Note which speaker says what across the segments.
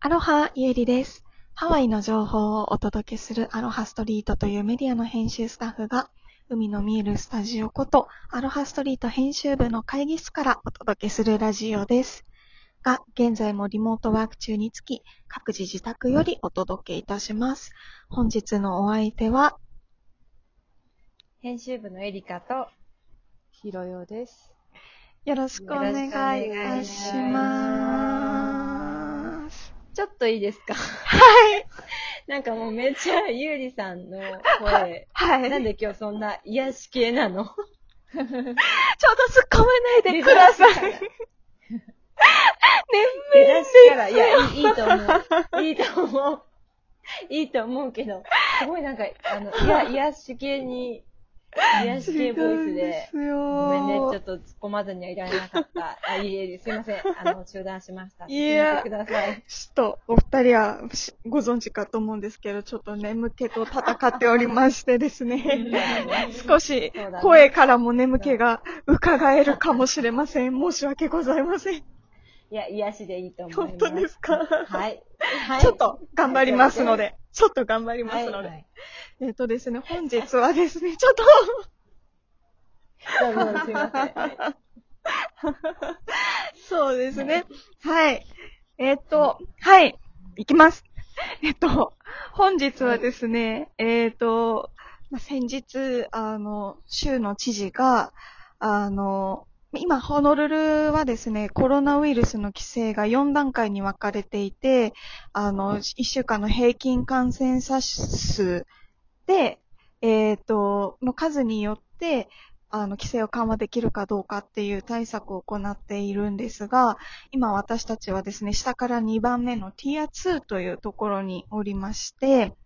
Speaker 1: アロハ、ゆうりです。ハワイの情報をお届けするアロハストリートというメディアの編集スタッフが、海の見えるスタジオこと、アロハストリート編集部の会議室からお届けするラジオです。が、現在もリモートワーク中につき、各自自宅よりお届けいたします。本日のお相手は、
Speaker 2: 編集部のエリカと、
Speaker 3: ひろよです。
Speaker 1: よろしくお願いいたします。
Speaker 2: ちょっといいですか
Speaker 1: はい。、
Speaker 2: なんかもうめっちゃゆうりさんの声
Speaker 1: はい。
Speaker 2: なんで今日そんな癒し系な の
Speaker 1: ちょうど突っ込まないで ください。年
Speaker 2: 出だしから、いや、いいいいと 思う。いいと思う。いいと思うけど、すごいなんか、あの、いや、 癒し系に、癒し系ボイスで、
Speaker 1: 違うんすよ
Speaker 2: ごめんね、ちょっと突っ込まずにはいられなかった。あ、いえいえ、すいません。あの、中断しました。
Speaker 1: いや
Speaker 2: 聞てください。
Speaker 1: ちょっと、お二人はしご存知かと思うんですけど、ちょっと眠気と戦っておりましてです ね、少し
Speaker 2: そうだね
Speaker 1: 声からも眠気が伺えるかもしれません。申し訳ございません。
Speaker 2: いや、癒しでいいと思います。
Speaker 1: 本当ですか、
Speaker 2: はい。はい。
Speaker 1: ちょっと頑張りますので、ちょっと頑張りま
Speaker 2: はい、
Speaker 1: すので。
Speaker 2: はい
Speaker 1: えっ、とですね、本日はですね、ちょっと、
Speaker 2: どうもすいません。
Speaker 1: そうですね。はい。えっ、と、はい。いきます。 えっと、本日はですね、えっ、と、まあ先日、あの、州の知事が、あの、今、ホノルルはですね、コロナウイルスの規制が4段階に分かれていて、あの、1週間の平均感染者数で、えっ、と、の数によって、あの、規制を緩和できるかどうかっていう対策を行っているんですが、今私たちはですね、下から2番目のティア2というところにおりまして、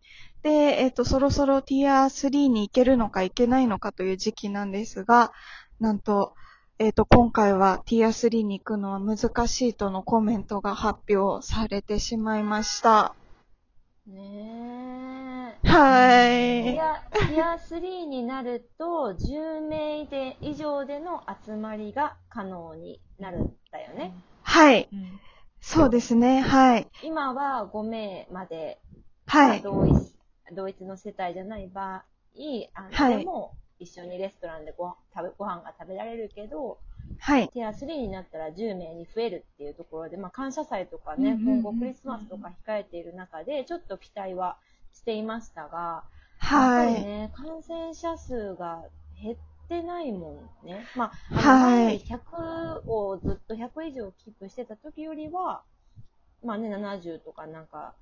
Speaker 1: で、えっ、と、そろそろティア3に行けるのか行けないのかという時期なんですが、なんと、えっ、と、今回はティア3に行くのは難しいとのコメントが発表されてしまいました。
Speaker 2: ね
Speaker 1: は
Speaker 2: え。
Speaker 1: ーい
Speaker 2: ティ。ア、ティア3になると、10名で以上での集まりが可能になるんだよね。
Speaker 1: はい。
Speaker 3: うん。
Speaker 1: そうですね。はい。
Speaker 2: 今は5名まで、
Speaker 1: はい。
Speaker 2: 同一、同一の世帯じゃない場合、あの、
Speaker 1: はい
Speaker 2: でも一緒にレストランでご食べご飯が食べられるけど、
Speaker 1: はい。
Speaker 2: ティア3になったら10名に増えるっていうところで、まあ、感謝祭とかね、
Speaker 3: うんうんうん
Speaker 2: 今後クリスマスとか控えている中で、ちょっと期待はしていましたが、
Speaker 1: は
Speaker 2: やっぱり
Speaker 1: い。
Speaker 2: ね、感染者数が減ってないもんね。まあ、
Speaker 1: はい
Speaker 2: あの前回100をずっと100以上キープしてた時よりは、まあね、70とかなんか、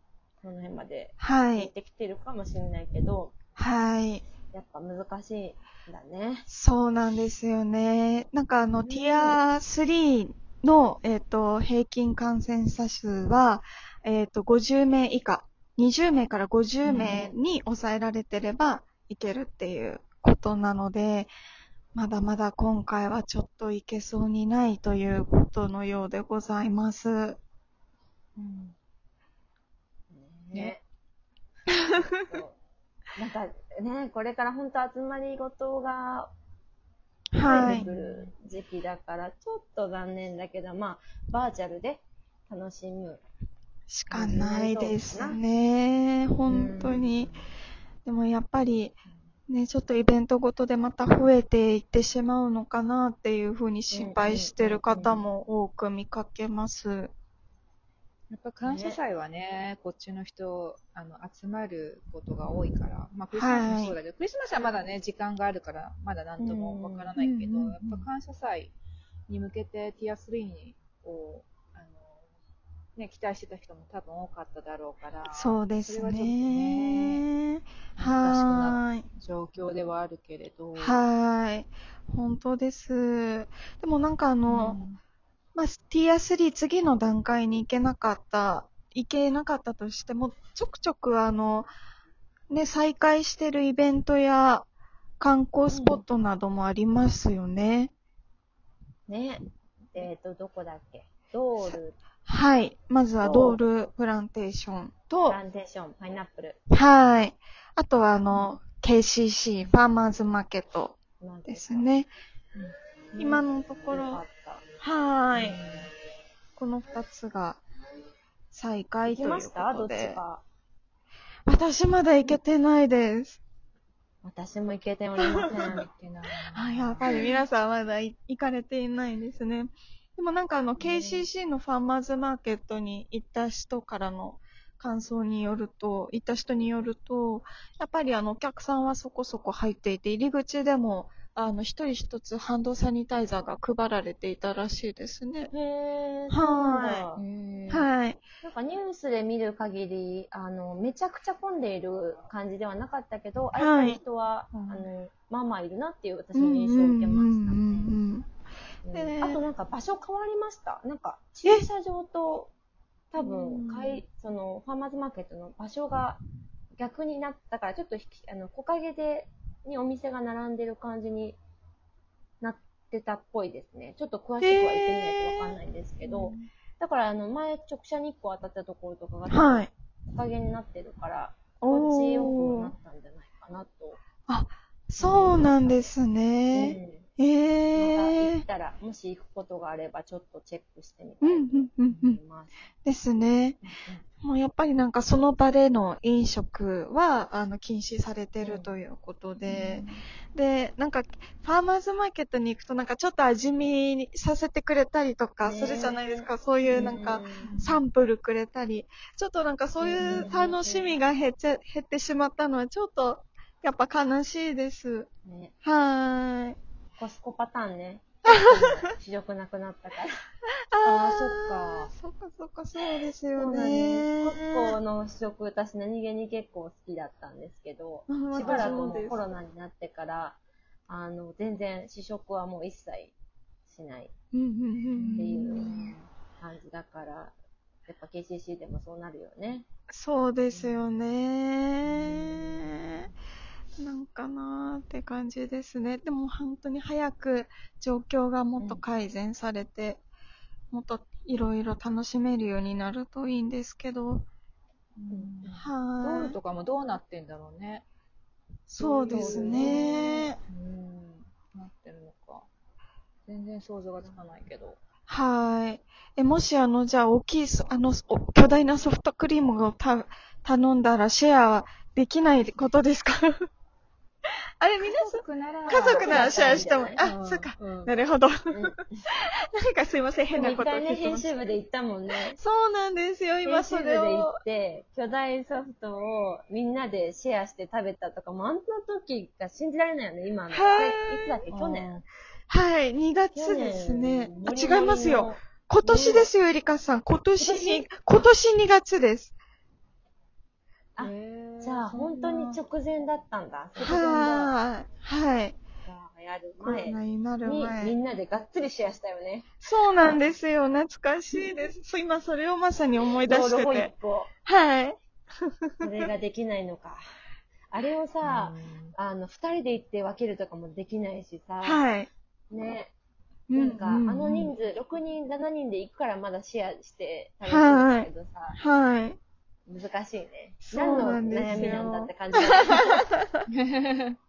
Speaker 2: その辺まで
Speaker 1: は
Speaker 2: 減っ
Speaker 1: い。
Speaker 2: てきてるかもしれないけど、
Speaker 1: はい。
Speaker 2: やっぱ難しいんだね。
Speaker 1: そうなんですよね。なんかあの、
Speaker 2: ね
Speaker 1: ティア3の、えっ、と、平均感染者数は、えっ、と、50名以下、20名から50名に抑えられてればいけるっていうことなので、まだまだ今回はちょっといけそうにないということのようでございます。
Speaker 2: ね。そう なんかね、これから本当集まりごとが
Speaker 1: は
Speaker 2: 入
Speaker 1: い
Speaker 2: って。くる時期だから、ちょっと残念だけど、まあ、バーチャルで楽しむ。
Speaker 1: しかないですね。本当に。でもやっぱり、ね、ちょっとイベントごとでまた増えていってしまうのかなっていうふうに心配してる方も多く見かけます。
Speaker 3: やっぱ感謝祭はね、こっちの人、あの、集まることが多いから、まあ、クリスマスもそうだけど、クリスマスはまだね、時間があるから、まだなんともわからないけど、
Speaker 1: うん
Speaker 3: やっぱ感謝祭に向けてティア3に、こう、あの、ね、期待してた人も多分多かっただろうから、
Speaker 1: そうです
Speaker 3: それはちょっと
Speaker 1: ね。はーい。
Speaker 3: 状況ではあるけれど、
Speaker 1: はーい。本当です。でもなんかあ
Speaker 3: う
Speaker 1: の、
Speaker 3: ん
Speaker 1: まあ、ティア3次の段階に行けなかった、行けなかったとしても、ちょくちょくあの、ね、再開してるイベントや観光スポットなどもありますよね。
Speaker 2: ね。えっ、と、どこだっけドール、
Speaker 1: はい。まずはドールプランテーション
Speaker 2: プ
Speaker 1: と
Speaker 2: ラ、ンテーション、パイナップル。
Speaker 1: はい。あとはあの、KCC、ファーマーズマーケット
Speaker 2: なんて
Speaker 1: で
Speaker 2: いうか
Speaker 1: す。ね。
Speaker 2: うん
Speaker 1: 今のところ
Speaker 2: よかった
Speaker 1: はーい。この二つが再開
Speaker 2: 行
Speaker 1: と
Speaker 2: き
Speaker 1: いうこ
Speaker 2: ま
Speaker 1: とで。
Speaker 2: したどっちか。
Speaker 1: 私まだ行けてないです。
Speaker 2: 私も行けておりません。
Speaker 3: ってな
Speaker 1: あ、やっぱり皆さんまだい行かれていないんですね。でもなんかあの、KCC のファーマーズマーケットに行った人からの感想によると、行った人によると、やっぱりあの、お客さんはそこそこ入っていて、入り口でも、あの、一人一つハンドサニタイザーが配られていたらしいですね。
Speaker 2: へえ。そうなんだ
Speaker 1: は
Speaker 3: うん
Speaker 1: はい。
Speaker 2: なんかニュースで見る限り、あの、めちゃくちゃ混んでいる感じではなかったけど、
Speaker 1: い
Speaker 2: ああいう人は、
Speaker 3: うん
Speaker 2: あの、まあまあいるなっていう私の印象を受
Speaker 1: うん
Speaker 2: けました
Speaker 1: うんうんう
Speaker 2: ね
Speaker 1: んうんで
Speaker 2: うん。あとなんか場所変わりました。なんか駐車場と、多分、
Speaker 1: うん
Speaker 2: かい、その、ファーマーズマーケットの場所が逆になったから、ちょっとひき、あの、木陰で、にお店が並んでる感じになってたっぽいですね。ちょっと詳しくは言ってみないとわかんないんですけど、だからあの、前直射日光当たったところとかが、
Speaker 1: はい。
Speaker 2: 木陰になってるから、心地よ
Speaker 1: お
Speaker 2: くな
Speaker 1: ー
Speaker 2: ったんじゃないかなと。
Speaker 1: そうなんですね。え
Speaker 2: うんまた行
Speaker 1: え
Speaker 2: っ。たら、もし行くことがあれば、ちょっとチェックしてみ
Speaker 1: う
Speaker 2: たい
Speaker 1: ん、うん、うん、
Speaker 2: と
Speaker 1: う
Speaker 2: 思
Speaker 1: ん
Speaker 2: い。ます。
Speaker 1: ですね。もうやっぱりなんかその場での飲食は、あの、禁止されてるということで、で、なんか、ファーマーズマーケットに行くとなんかちょっと味見にさせてくれたりとか
Speaker 2: ね
Speaker 1: するじゃないですか、そういうなんか、
Speaker 2: う
Speaker 1: サンプルくれたり、ちょっとなんかそういう楽しみが減っちゃ、減ってしまったのはちょっと、やっぱ悲しいです。
Speaker 2: んね、
Speaker 1: はーい。
Speaker 2: コスコパター ンね。視力なくなったから。
Speaker 3: あー
Speaker 1: そっか。そっかそっか、そうです
Speaker 2: そ
Speaker 1: よ
Speaker 2: うなんです
Speaker 1: ね。
Speaker 2: コスコの視力、私何気に結構好きだったんですけど、
Speaker 1: うん
Speaker 2: しばら
Speaker 1: 私
Speaker 2: く
Speaker 1: も
Speaker 2: も
Speaker 1: です
Speaker 2: うコロナになってから、あの、全然試食はもう一切しない
Speaker 1: うんうんうん。
Speaker 2: っていう感じだから、やっぱ KCC でもそうなるよね。
Speaker 1: そうですよね。なんかなーって感じですね。でも本当に早く状況がもっと改善されて、もっといろいろ楽しめるようになるといいんですけど。
Speaker 2: ん
Speaker 3: 道
Speaker 1: は
Speaker 3: 路
Speaker 1: ーい。
Speaker 3: とかもどうなってんだろうね。
Speaker 1: そうですね。
Speaker 3: うん、なってるのか。全然想像がつかないけど。
Speaker 1: はい。え、もしあの、じゃあ大きいそ、あの、お巨大なソフトクリームをた頼んだらシェアはできないことですか あれ、皆さん、
Speaker 3: 族なら
Speaker 1: 家族ならシェアしても、
Speaker 2: う
Speaker 1: あ、そうか。。
Speaker 3: うん
Speaker 1: なるほど。
Speaker 2: うん
Speaker 1: なんかすいません、変な
Speaker 2: 一
Speaker 1: ことを
Speaker 2: 回ね、
Speaker 1: 聞きま
Speaker 2: 編
Speaker 1: した
Speaker 2: 集部で行ったもんね。
Speaker 1: そうなんですよ、今
Speaker 2: 編集
Speaker 1: そ
Speaker 2: 部で
Speaker 1: れ
Speaker 2: 行
Speaker 1: を
Speaker 2: っ。て、巨大ソフトをみんなでシェアして食べたとか、もうあんな時が信じられないよね、今の。
Speaker 1: はい
Speaker 2: いつだっけ去年。
Speaker 1: はい、2
Speaker 2: 去
Speaker 1: 月
Speaker 2: 年
Speaker 1: ですね。あ、
Speaker 2: 森の
Speaker 1: 違いますよ。。今年ですよ、エリカさん。今年に、今年2月です。
Speaker 2: あ
Speaker 3: へー
Speaker 2: じゃあ、本当に直前だったんだ。直前だ。
Speaker 1: はーい。はい。
Speaker 2: やる
Speaker 1: コロ
Speaker 2: 前
Speaker 1: ナになる
Speaker 2: に、み
Speaker 1: 前。
Speaker 2: んなでがっつりシェアしたよね。
Speaker 1: そうなんですよ、懐かしいです。そう今それをまさに思い出
Speaker 2: 道
Speaker 1: し
Speaker 2: 路
Speaker 1: て
Speaker 2: ホイッ
Speaker 1: て。
Speaker 2: プを。
Speaker 1: はい。
Speaker 2: それができないのか。 あれをさ、
Speaker 3: うん
Speaker 2: あの、二人で行って分けるとかもできないしさ。
Speaker 1: はい。
Speaker 2: ね。
Speaker 1: う
Speaker 2: なんか、あ
Speaker 1: う
Speaker 2: の人数、6人、7人で行くからまだシェアして楽しいんだけどさ、
Speaker 1: はい。
Speaker 2: 難しいね。
Speaker 1: そう
Speaker 2: 何の
Speaker 1: なんですよ
Speaker 2: 悩みなんだって感じだ。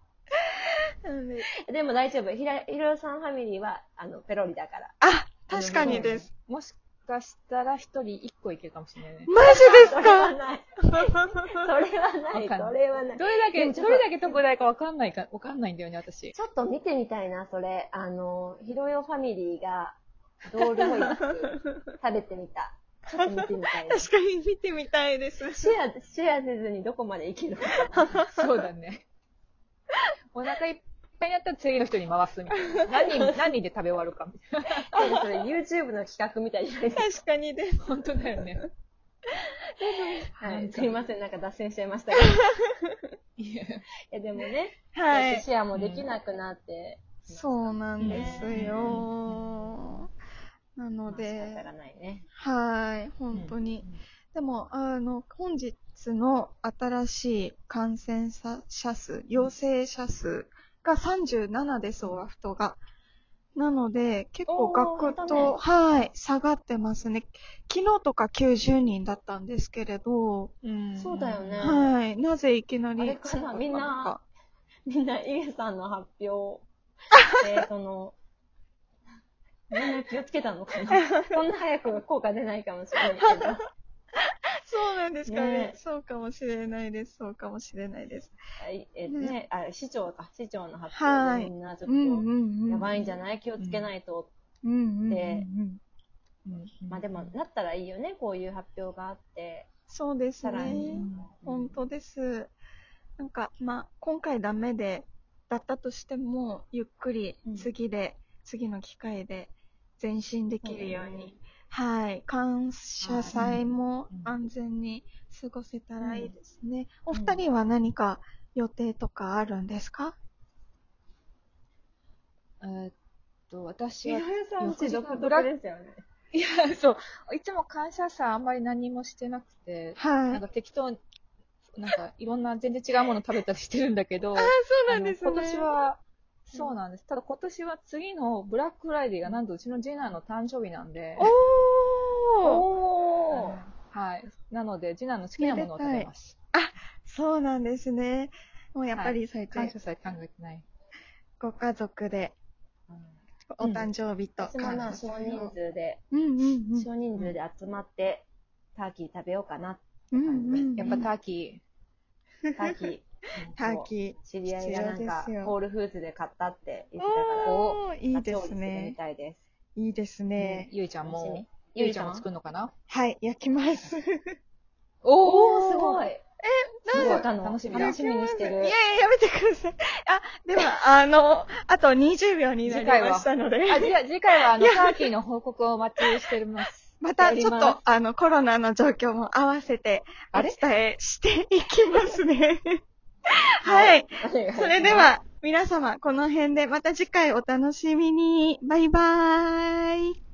Speaker 2: でも大丈夫。ひら、ひろさんファミリーは、あの、ペロリだから。
Speaker 1: あ、確かにです。
Speaker 3: もしかしたら一人一個いけるかもしれないね。
Speaker 1: マジ です
Speaker 2: それは
Speaker 1: か
Speaker 2: ない。 そ
Speaker 1: は
Speaker 2: れはない。
Speaker 3: わかんない
Speaker 2: それはない。
Speaker 3: どれだ
Speaker 2: で
Speaker 3: け、
Speaker 2: もちょっ
Speaker 3: ど
Speaker 2: と
Speaker 3: れだけ特大かわかんないか、わかんないんだよね、私。
Speaker 2: ちょっと見てみたいな、それ。あの、ひろよファミリーが、ドールホイップ食べてみた。ちょっと見てみたいな。シ
Speaker 1: 確かに見てみたいです。
Speaker 2: ェア、シェアせずにどこまで行ける か。
Speaker 3: そうだね。お腹いっぱいになったら次の人に回すみたいな。何人、何人で食べ終わるかみたい
Speaker 2: でもそれ YouTube の企画みたいじゃないですか
Speaker 1: 確かにです。
Speaker 3: な。本当だよね。
Speaker 2: はい、す
Speaker 3: すい
Speaker 2: いま
Speaker 3: ま
Speaker 2: せん、なんか脱線しちゃいまし たけど。い
Speaker 3: いや
Speaker 2: や、でもね、
Speaker 1: は
Speaker 2: こうやって
Speaker 1: い。
Speaker 2: シェアもできなくなって、
Speaker 1: そうなんですよ。な
Speaker 2: まあ
Speaker 1: の
Speaker 2: 仕方が
Speaker 1: で、
Speaker 2: ないね。
Speaker 1: はい、本当に。。でも、あの、本日の新しい感染者数、陽性者数が37です、オアフトが。なので、結構ガクッと、
Speaker 2: おー
Speaker 1: はい、下がってますね。昨日とか90人だったんですけれど、
Speaker 3: うん
Speaker 2: そうだよね
Speaker 1: はい、なぜいきなり
Speaker 2: あれかなみんなみんな、イゲさんの発表 で、その、 みんな気をつけたのかなそんな早く効果出ないかもしれないけど。
Speaker 1: そうなんですかね
Speaker 2: ね
Speaker 1: そうかもしれないです。そうかもしれないです。
Speaker 2: はいえっとね、あ、市長か、市長の発
Speaker 1: は
Speaker 2: 表
Speaker 1: い
Speaker 2: でみんなちょ
Speaker 1: う
Speaker 2: っと、
Speaker 1: んうんうん。
Speaker 2: やばいんじゃ
Speaker 1: ない
Speaker 2: ない気をつけないと。
Speaker 1: うんうんうん
Speaker 2: で
Speaker 1: うん。
Speaker 3: うん
Speaker 2: まあでも、なったらいいよね、こういう発表があって。
Speaker 1: そうです
Speaker 2: さら
Speaker 3: う
Speaker 1: ね
Speaker 2: に。
Speaker 3: ん
Speaker 1: 本当です。なんか、まあ、今回ダメで、だったとしても、ゆっくり
Speaker 2: うん
Speaker 1: 次で、次の機会で前進できるよう
Speaker 2: そうだ
Speaker 1: に、はい、感謝祭も
Speaker 3: うん
Speaker 1: 安全に過ごせたらいいですね。
Speaker 2: うん
Speaker 1: お二人は何か予定とかあるんですか、
Speaker 3: えーっと、私
Speaker 2: 井
Speaker 3: は
Speaker 2: 上さん
Speaker 3: 翌
Speaker 2: ち
Speaker 3: 日
Speaker 2: 独特ですよね。
Speaker 3: いや、そう。いつも感謝さあんまり何もしてなくて、
Speaker 1: は
Speaker 3: なん
Speaker 1: い。
Speaker 3: か適当に、なんかいろんな全然違うもの食べたりしてるんだけど、
Speaker 1: そう
Speaker 3: あの今年は、そう
Speaker 2: うん
Speaker 3: なんです。ただ今年は次のブラックフライデーがなんとうちの次男の誕生日なんで、
Speaker 1: おー
Speaker 2: おー
Speaker 3: はい。なので、次男の好きなものを食べます。
Speaker 1: そうなんですね。もうやっぱり、
Speaker 3: 最感謝祭考えてない。
Speaker 1: ご家族で、お
Speaker 3: うん
Speaker 1: 誕生日と
Speaker 2: 私もまあ
Speaker 1: 感謝
Speaker 2: 少
Speaker 1: 祭
Speaker 2: 人
Speaker 1: を。
Speaker 2: 数で、
Speaker 1: うんうんうん。
Speaker 2: 少人数で集まって、ターキー食べようかな。
Speaker 1: うんうんうん
Speaker 3: やっぱターキ
Speaker 2: ターキー。
Speaker 1: ターキ
Speaker 2: 知り合いがなんか
Speaker 1: 必要ですよ、
Speaker 2: ホールフーズで買ったって
Speaker 1: ー。
Speaker 2: 言ってたから、
Speaker 1: おーいいで
Speaker 2: 調
Speaker 1: す
Speaker 2: 理してるみ
Speaker 1: ね。
Speaker 2: たいです。
Speaker 1: いいです
Speaker 3: ー、
Speaker 1: ね。
Speaker 3: ゆいちゃんも、
Speaker 2: ゆ
Speaker 3: ゆ
Speaker 2: い
Speaker 3: い
Speaker 2: ち
Speaker 3: ち
Speaker 2: ゃ
Speaker 3: ゃ
Speaker 2: ん
Speaker 3: ん
Speaker 2: も
Speaker 3: も
Speaker 2: 作
Speaker 3: 作るのかな
Speaker 1: はい、焼きます。
Speaker 2: おー、すごい。え、
Speaker 3: すごい
Speaker 2: かの
Speaker 3: 楽しみだ
Speaker 2: 楽しみにして
Speaker 1: いや
Speaker 2: る
Speaker 1: いや、。やめてください。あ、では、あの、あと20秒になり
Speaker 3: 次回は
Speaker 1: ましたので、
Speaker 3: あ、じゃあ次回はあの、ターキーの報告をお待ちしております。
Speaker 1: またちょっ
Speaker 2: やります
Speaker 1: と、あの、コロナの状況も合わせて、お
Speaker 3: あれ
Speaker 1: 伝えしていきますね。 はい。それで。は、皆様、この辺でまた次回お楽しみに。バイバーイ。